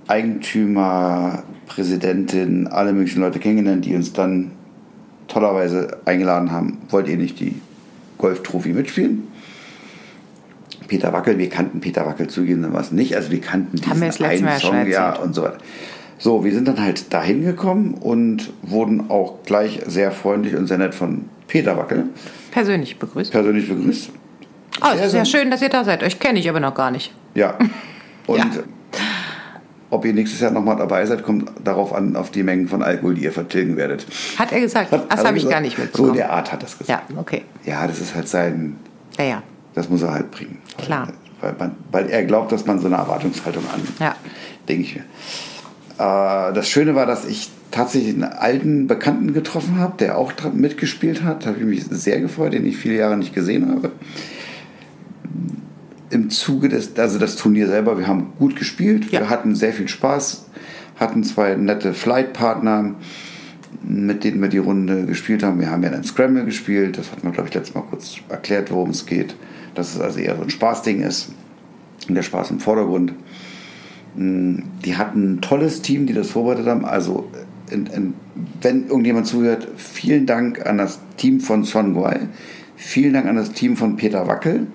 Eigentümer, Präsidentin, alle möglichen Leute kennengelernt, die uns dann tollerweise eingeladen haben, wollt ihr nicht die Golf-Trophy mitspielen? Peter Wackel, wir kannten Peter Wackel zugegebenermaßen nicht, also wir kannten diesen
Haben wir das letzte
einen
Mal ja schon
Song, ja,
erzählt.
und so weiter. So, wir sind dann halt dahin gekommen und wurden auch gleich sehr freundlich und sehr nett von Peter Wackel
Persönlich begrüßt.
persönlich begrüßt.
Oh, es
sehr
ist ja
so-
schön, dass ihr da seid. Euch kenne ich aber noch gar nicht.
Ja. Und
Ja.
ob ihr nächstes Jahr nochmal dabei seid, kommt darauf an, auf die Mengen von Alkohol, die ihr vertilgen werdet.
Hat er gesagt.
Hat
Das
er
habe ich
gesagt.
gar nicht
So in
mitbekommen.
der Art hat das gesagt.
Ja, okay.
Ja. das ist halt sein,
Naja,
das muss er halt bringen.
Klar.
Weil, weil, man, weil er glaubt, dass man so eine Erwartungshaltung an,
Ja.
denke ich mir. Äh, das Schöne war, dass ich tatsächlich einen alten Bekannten getroffen habe, der auch dran mitgespielt hat. Da habe ich mich sehr gefreut, den ich viele Jahre nicht gesehen habe. Im Zuge des, also das Turnier selber, wir haben gut gespielt,
Ja.
wir hatten sehr viel Spaß, hatten zwei nette Flightpartner, mit denen wir die Runde gespielt haben. Wir haben ja dann Scramble gespielt, das hat man, glaube ich, letztes Mal kurz erklärt, worum es geht. Dass es also eher so ein Spaßding ist und der Spaß im Vordergrund. Mm, Die hatten ein tolles Team, die das vorbereitet haben. Also, in, in, wenn irgendjemand zuhört, vielen Dank an das Team von Son Guai, vielen Dank an das Team von Peter Wackel,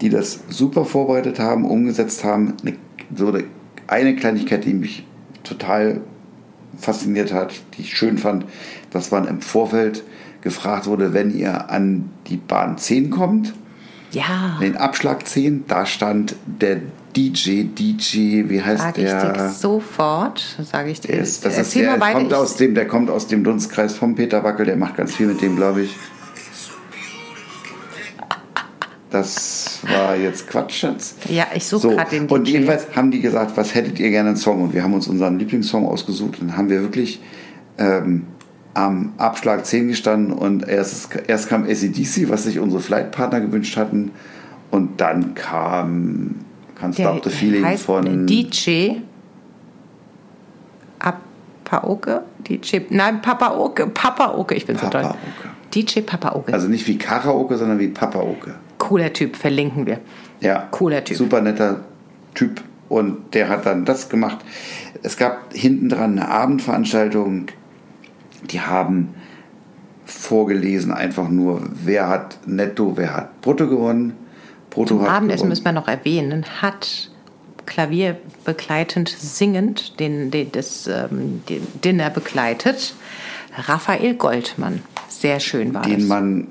die das super vorbereitet haben, umgesetzt haben. Eine, so eine, eine Kleinigkeit, die mich total fasziniert hat, die ich schön fand, dass man im Vorfeld gefragt wurde, wenn ihr an die Bahn 10 kommt,
Ja,
den Abschlag 10, da stand der DJ, DJ, wie heißt
sage ich dir
der?
sofort, sage ich dir.
Der ist, das ist
Ah, Erzähl
der,
mal weiter.
kommt
Ich-
aus dem, der kommt aus dem Dunstkreis vom Peter Wackel, der macht ganz viel mit dem, glaube ich. Das war jetzt Quatsch, Schatz.
ja, ich suche
So,
gerade den
und
DJ.
jedenfalls haben die gesagt, was hättet ihr gerne einen Song? Und wir haben uns unseren Lieblingssong ausgesucht und haben wir wirklich ähm, am Abschlag 10 gestanden und erst, erst kam ACDC, was sich unsere Flightpartner gewünscht hatten und dann kam Can't
der
Stop the Feeling
heißt
von...
DJ Apaoke? DJ, nein, Papaoke, Papaoke, ich bin so
Papaoke.
toll. DJ Papaoke.
Also nicht wie Karaoke, sondern wie Papaoke.
Cooler Typ, verlinken wir.
Ja.
Cooler Typ.
Super netter Typ. Und der hat dann das gemacht. Es gab hinten dran eine Abendveranstaltung, die haben vorgelesen, einfach nur, wer hat netto, wer hat brutto gewonnen. Brutto hat
Abendessen
gewonnen.
müssen wir noch erwähnen, hat Klavier begleitend singend den, den, das ähm, den Dinner begleitet. Raphael Goldmann. Sehr schön war
den
das.
man,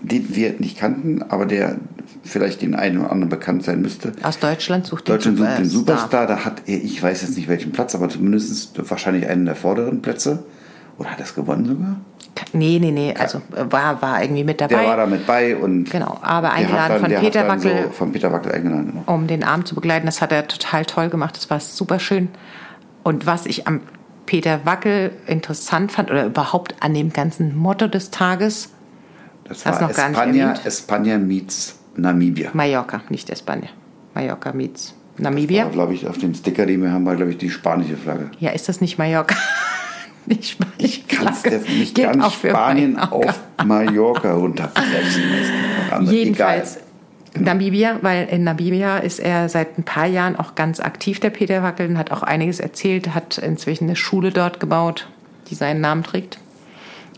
den wir nicht kannten, aber der vielleicht den einen oder anderen bekannt sein müsste.
Aus Deutschland sucht
Deutschland
den
sucht den
Superstar.
Superstar, da hat er, ich weiß jetzt nicht welchen Platz, aber zumindest wahrscheinlich einen der vorderen Plätze. Oder hat er es gewonnen sogar?
Nee, nee, nee. Also äh, war, war irgendwie mit
Der war
dabei,
da mit bei und
Genau, aber
der hat
eingeladen von
der hat
Peter
dann
Wackel.
So von Peter Wackel eingeladen. Genau.
um den Abend zu begleiten. Das hat er total toll gemacht. Das war super schön. Und was ich am Peter Wackel interessant fand oder überhaupt an dem ganzen Motto des Tages,
Das
Hast
war
noch gar nicht
Espanja,
erwähnt.
Espanja meets Namibia.
Mallorca, nicht Espanja. Mallorca meets
Ja.
Namibia.
glaube ich, auf dem Sticker, den wir haben, war, glaube ich, die spanische Flagge.
Ja, ist das nicht Mallorca? nicht Spanien. Ich
Kannst jetzt nicht
Geht
ganz
auch für
Spanien
Mallorca.
auf Mallorca runterbrechen. Das geht doch anders.
Jedenfalls
Egal.
Namibia, weil in Namibia ist er seit ein paar Jahren auch ganz aktiv, der Peter Wackeln, hat auch einiges erzählt, hat inzwischen eine Schule dort gebaut, die seinen Namen trägt.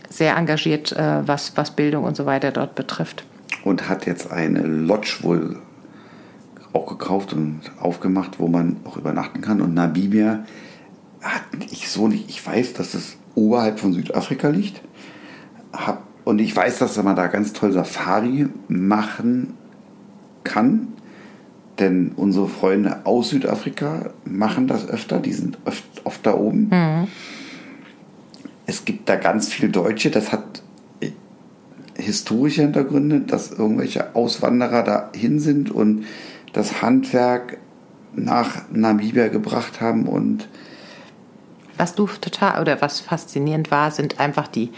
Sehr engagiert, äh, was, was Bildung und so weiter dort betrifft.
Und hat jetzt eine Lodge wohl auch gekauft und aufgemacht, wo man auch übernachten kann. Und Namibia hat ich so nicht. Ich weiß, dass es oberhalb von Südafrika liegt. Hab, und ich weiß, dass man da ganz toll Safari machen kann. Denn unsere Freunde aus Südafrika machen das öfter. Die sind oft, oft da oben. Es gibt da ganz viele Deutsche. Das hat äh, historische Hintergründe, dass irgendwelche Auswanderer dahin sind und das Handwerk nach Namibia gebracht haben und
Was du total oder was faszinierend war, sind einfach die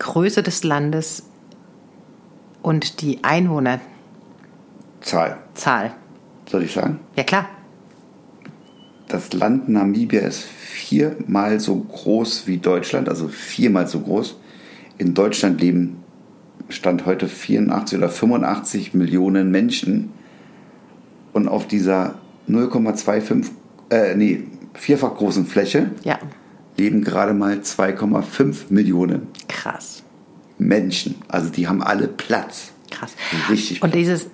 Größe des Landes und die Einwohnerzahl.
Zahl, soll ich sagen?
Ja klar,
Das Land Namibia ist viermal so groß wie Deutschland, also viermal so groß. In Deutschland leben Stand heute 84 oder 85 Millionen Menschen. Und auf dieser 0,25, äh, nee, vierfach großen Fläche
ja,
leben gerade mal 2,5 Millionen
krass.
Menschen. Also die haben alle Platz.
Krass.
Richtig.
Und dieses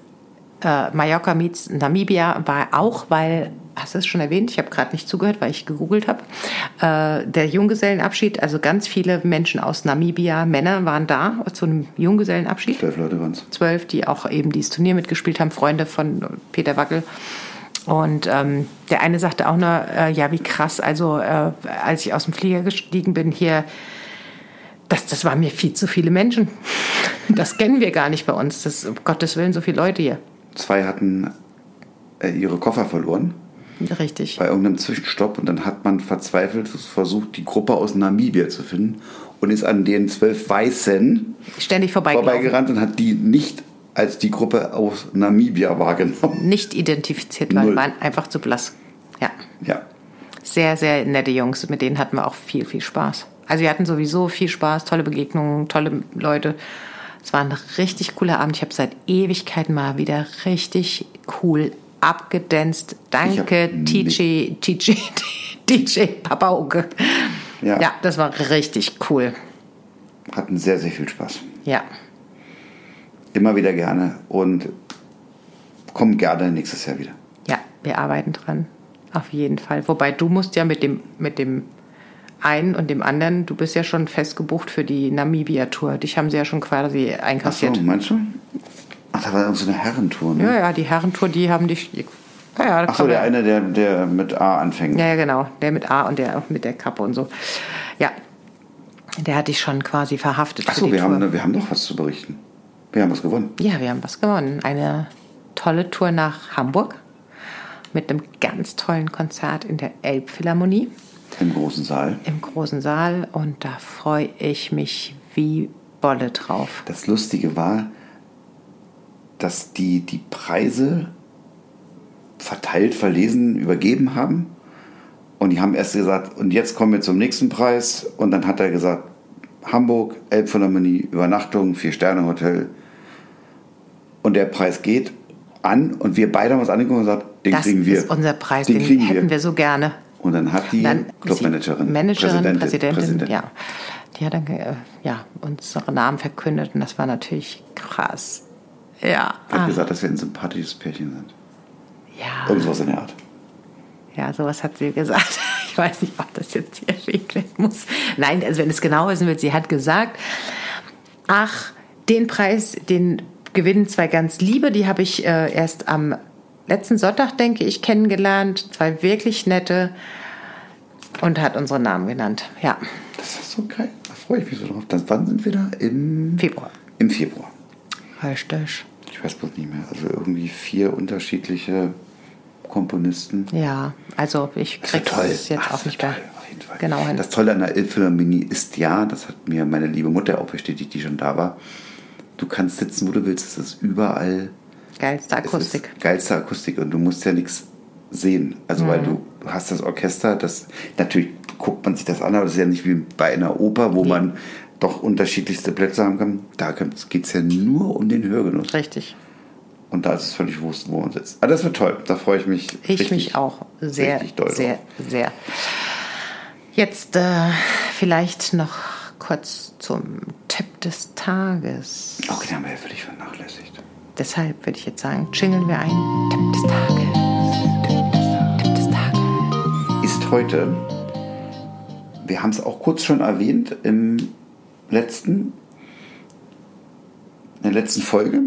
äh, Mallorca meets Namibia war auch, weil, hast du es schon erwähnt? Ich habe gerade nicht zugehört, weil ich gegoogelt habe. Äh, der Junggesellenabschied, also ganz viele Menschen aus Namibia, Männer waren da zu einem Junggesellenabschied
Zwölf Leute waren es.
zwölf, die auch eben dieses Turnier mitgespielt haben, Freunde von Peter Wackel. Und ähm, der eine sagte auch nur, äh, ja, wie krass, also äh, als ich aus dem Flieger gestiegen bin hier, das, das waren mir viel zu viele Menschen. Das kennen wir gar nicht bei uns. Das, um Gottes Willen, so viele Leute hier.
Zwei hatten äh, ihre Koffer verloren.
Richtig.
bei irgendeinem Zwischenstopp und dann hat man verzweifelt versucht, die Gruppe aus Namibia zu finden und ist an den zwölf Weißen
Ständig vorbeigelaufen.
vorbeigerannt und hat die nicht als die Gruppe aus Namibia wahrgenommen.
Nicht identifiziert, weil
Null.
waren einfach zu blass. Ja.
Ja,
Sehr, sehr nette Jungs. Mit denen hatten wir auch viel, viel Spaß. Also wir hatten sowieso viel Spaß, tolle Begegnungen, tolle Leute. Es war ein richtig cooler Abend. Ich habe seit Ewigkeiten mal wieder richtig cool abgedanzt. Danke,
hab
DJ, DJ, DJ Papauke.
Ja.
ja, das war richtig cool.
Hatten sehr, sehr viel Spaß.
Ja.
Immer wieder gerne und kommen gerne nächstes Jahr wieder.
Ja, wir arbeiten dran. Auf jeden Fall. Wobei du musst ja mit dem, mit dem einen und dem anderen, du bist ja schon fest gebucht für die Namibia-Tour. Dich haben sie ja schon quasi
Achso,
einkassiert.
meinst du? Ach, da war irgend so eine Herrentour, ne?
Ja, ja, die Herrentour, die haben dich. Ja, ja, da
Achso,
kommen wir-
der eine, der, der mit A anfängt.
Ja, ja, genau. Der mit A und der mit der Kappe und so. Ja. Der hat dich schon quasi verhaftet. für
Achso,
die
wir
Tour.
haben, wir haben doch was zu berichten. Wir haben was gewonnen.
Ja, wir haben was gewonnen. Eine tolle Tour nach Hamburg mit einem ganz tollen Konzert in der Elbphilharmonie.
Im großen Saal.
im großen Saal und da freue ich mich wie Bolle drauf.
Das Lustige war, dass die die Preise verteilt, verlesen, übergeben haben. Und die haben erst gesagt, und jetzt kommen wir zum nächsten Preis. Und dann hat er gesagt, Hamburg, Elbphilharmonie, Übernachtung, Vier-Sterne-Hotel. Und der Preis geht an und wir beide haben uns angeguckt und gesagt, den
das
kriegen wir.
ist unser Preis,
den,
den,
kriegen
hätten wir.
wir.
so gerne.
Und dann hat die
Dann ist die
Clubmanagerin,
Managerin, Präsidentin,
Präsidentin.
ja. Die hat dann äh, ja, unsere Namen verkündet und das war natürlich krass. Ja,
hat
ah,
gesagt, dass wir ein sympathisches Pärchen sind.
ja,
Irgendwas in der Art.
ja, sowas hat sie gesagt. Ich weiß nicht, ob das jetzt hier erwähnt werden muss. Nein, also wenn es genau wissen wird, sie hat gesagt, Ach, den Preis, den gewinnen zwei ganz Liebe, die habe ich äh, erst am letzten Sonntag, denke ich, kennengelernt. Zwei wirklich nette und hat unsere Namen genannt. Ja,
Das ist so geil. Da freue ich mich so drauf. Dann, wann sind wir da? Im,
Februar.
Im Februar.
Richtig.
Ich weiß bloß nicht mehr. Also irgendwie vier unterschiedliche Komponisten.
Ja, also ich
Das wird
krieg das jetzt
Ach,
auch
das
nicht
wird
mehr
toll. Auf jeden Fall.
genau hin.
Das Tolle an der Elbphilharmonie ist ja, das hat mir meine liebe Mutter auch bestätigt, die schon da war. Du kannst sitzen, wo du willst. Es ist überall.
Geilste
Es
Akustik.
Ist geilste Akustik und du musst ja nichts sehen. Also
Mhm.
weil du hast das Orchester, das natürlich guckt man sich das an, aber das ist ja nicht wie bei einer Oper, wo man doch unterschiedlichste Plätze haben kann. Da geht es ja nur um den Hörgenuss.
Richtig.
Und da ist es völlig bewusst, wo man sitzt. Aber das wird toll. Da freue ich mich.
Ich
richtig-
mich auch sehr,
richtig doll drauf.
sehr, sehr. Jetzt äh, vielleicht noch kurz zum Tipp des Tages.
Okay, den haben wir ja völlig vernachlässigt.
Deshalb würde ich jetzt sagen, jingeln wir ein. Tipp des Tages. Tipp des Tages.
Ist heute, wir haben es auch kurz schon erwähnt im letzten, in der letzten Folge,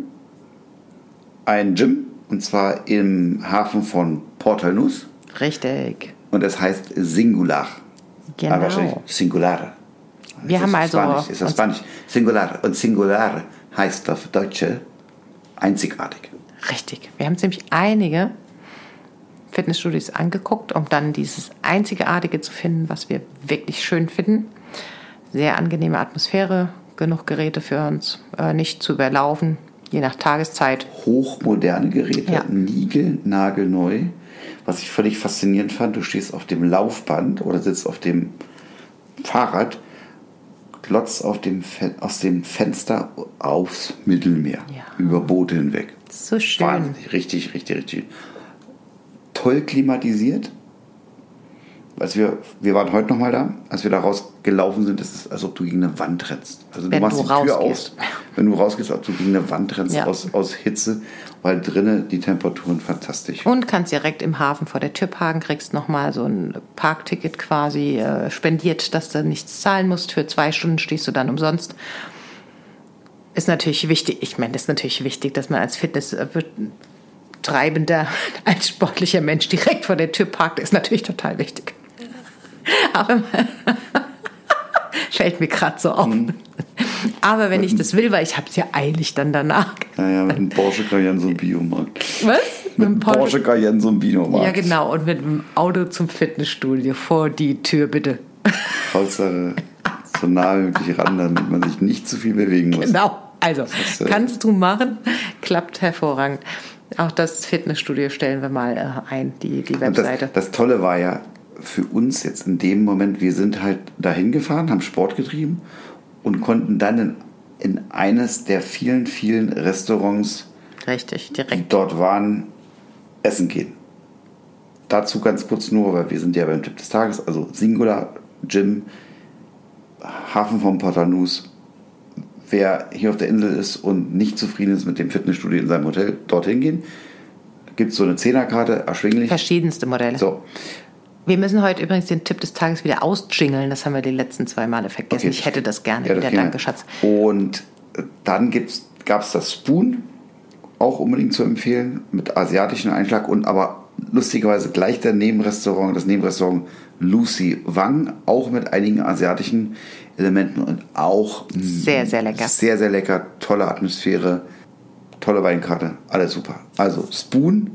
ein Gym. Und zwar im Hafen von Portalnus.
Richtig.
Und es heißt Singular.
Genau.
Aber wahrscheinlich Singular.
Wir
Ist
haben
das
also
Spanisch? Ist das
uns-
Spanisch? Singular. Und Singular heißt auf Deutsche einzigartig.
Richtig. Wir haben uns nämlich einige Fitnessstudios angeguckt, um dann dieses Einzigartige zu finden, was wir wirklich schön finden. Sehr angenehme Atmosphäre, genug Geräte für uns, äh, nicht zu überlaufen, je nach Tageszeit.
hochmoderne Geräte,
Ja.
niegelnagelneu. Was ich völlig faszinierend fand, du stehst auf dem Laufband oder sitzt auf dem Fahrrad, glotzt auf dem Fen aus dem Fenster aufs Mittelmeer,
Ja.
über Boote hinweg.
So schön.
Wahnsinnig, richtig, richtig, richtig. Toll klimatisiert. Als wir, wir waren heute nochmal da, als wir da rausgelaufen sind, ist es, als ob du gegen eine Wand rennst. Also du
Wenn
machst
du
die Tür
rausgehst.
auf, wenn du rausgehst, ob du gegen eine Wand rennst
Ja.
aus, aus Hitze, weil drinnen die Temperaturen fantastisch.
Und kannst direkt im Hafen vor der Tür parken, kriegst nochmal so ein Parkticket quasi äh, spendiert, dass du nichts zahlen musst. Für zwei Stunden stehst du dann umsonst. Ist natürlich wichtig, ich meine, das ist natürlich wichtig, dass man als Fitnessbetreibender, als sportlicher Mensch direkt vor der Tür parkt, ist natürlich total wichtig. Aber fällt mir gerade so auf.
Mhm.
Aber wenn ich das will, weil ich habe es ja eilig dann danach.
Naja, mit einem Porsche Cayenne so ein Biomarkt.
Was?
Mit einem Porsche Cayenne so ein Biomarkt.
Ja, genau. Und mit dem Auto zum Fitnessstudio vor die Tür, bitte.
Hauptsache äh, so nah wie möglich ran, damit man sich nicht zu viel bewegen muss.
Genau. Also,
ist, äh,
kannst du machen. Klappt hervorragend. Auch das Fitnessstudio stellen wir mal äh, ein, die, die
Und
Webseite.
Das, das Tolle war ja, für uns jetzt in dem Moment, wir sind halt dahin gefahren, haben Sport getrieben und konnten dann in, in eines der vielen, vielen Restaurants,
Richtig,
die
direkt.
dort waren, essen gehen. Dazu ganz kurz nur, weil wir sind ja beim Tipp des Tages, also Singular, Gym, Hafen von Portanus. Wer hier auf der Insel ist und nicht zufrieden ist mit dem Fitnessstudio in seinem Hotel, dorthin gehen. Gibt es so eine Zehnerkarte, erschwinglich.
Verschiedenste Modelle.
So,
Wir müssen heute übrigens den Tipp des Tages wieder ausjingeln. Das haben wir die letzten zwei Male vergessen.
Okay.
Also Ich hätte das gerne
Ja, das
wieder.
ging
Danke,
ja.
Schatz.
Und äh, dann gab es das Spoon, auch unbedingt zu empfehlen, mit asiatischem Einschlag und aber lustigerweise gleich daneben Restaurant, das Nebenrestaurant Lucy Wang, auch mit einigen asiatischen Elementen und auch
Sehr, sehr lecker.
Sehr, sehr lecker, tolle Atmosphäre, tolle Weinkarte, alles super. Also Spoon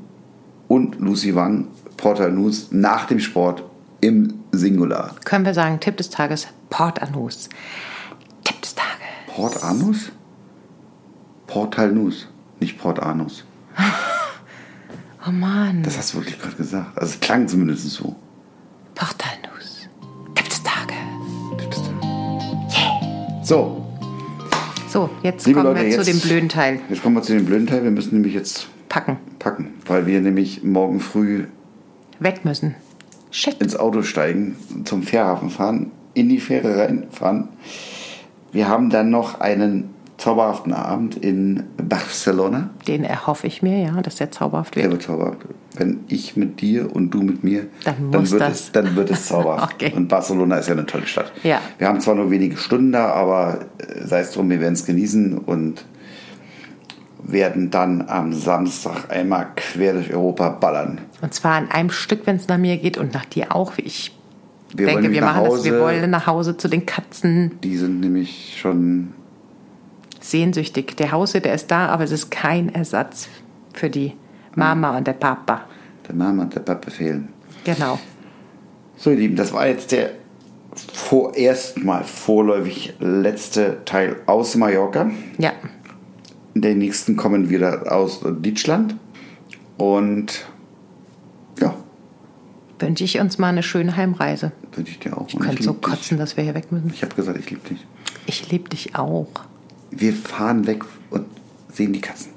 und Lucy Wang, Porter News nach dem Sport im Singular.
Können wir sagen, Tipp des Tages, Port Anus. Tipp des Tages.
Port Anus? Portal Nus, nicht Port Anus.
Oh Mann,
Das hast du wirklich gerade gesagt. Also es klang zumindest so.
Port Anus. Tipp des Tages.
So,
So, jetzt
liebe
kommen
Leute,
wir
jetzt,
zu dem blöden Teil.
Jetzt kommen wir zu dem blöden Teil. Wir müssen nämlich jetzt
Packen.
packen, weil wir nämlich morgen früh
Weg müssen. Shit.
ins Auto steigen, zum Fährhafen fahren, in die Fähre reinfahren. Wir haben dann noch einen zauberhaften Abend in Barcelona.
Den erhoffe ich mir, ja, dass der zauberhaft
Der
wird.
wird zauberhaft. Wenn ich mit dir und du mit mir,
Dann muss
wird
das.
es, dann wird es zauberhaft.
Okay.
Und Barcelona ist ja eine tolle Stadt.
Ja.
Wir haben zwar nur wenige Stunden da, aber äh, sei es drum, wir werden es genießen und werden dann am Samstag einmal quer durch Europa ballern.
Und zwar an einem Stück, wenn es nach mir geht und nach dir auch. Ich
Wir
denke,
nämlich
wir
nach
machen das. Wir
Hause.
wollen nach Hause zu den Katzen.
Die sind nämlich schon
Sehnsüchtig. Der Haushalt, der ist da, aber es ist kein Ersatz für die
Hm.
Mama und der Papa.
der Mama und der Papa fehlen.
Genau.
So, ihr Lieben, das war jetzt der vorerst mal vorläufig letzte Teil aus Mallorca.
Ja.
In den nächsten kommen wieder aus Deutschland. Und ja,
Wünsche ich uns mal eine schöne Heimreise.
wünsche ich dir auch.
Ich könnte so kotzen, dass wir hier weg müssen.
Ich habe gesagt, ich liebe dich.
Ich liebe dich auch.
Wir fahren weg und sehen die Katzen.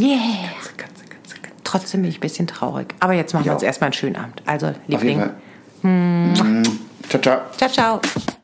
Yeah.
Katze, Katze, Katze, Katze.
Trotzdem bin ich ein bisschen traurig. Aber jetzt machen
Ich
wir uns
auch.
erstmal einen schönen Abend. Also,
Auf jeden
Liebling.
Fall. Ciao, ciao.
Ciao, ciao.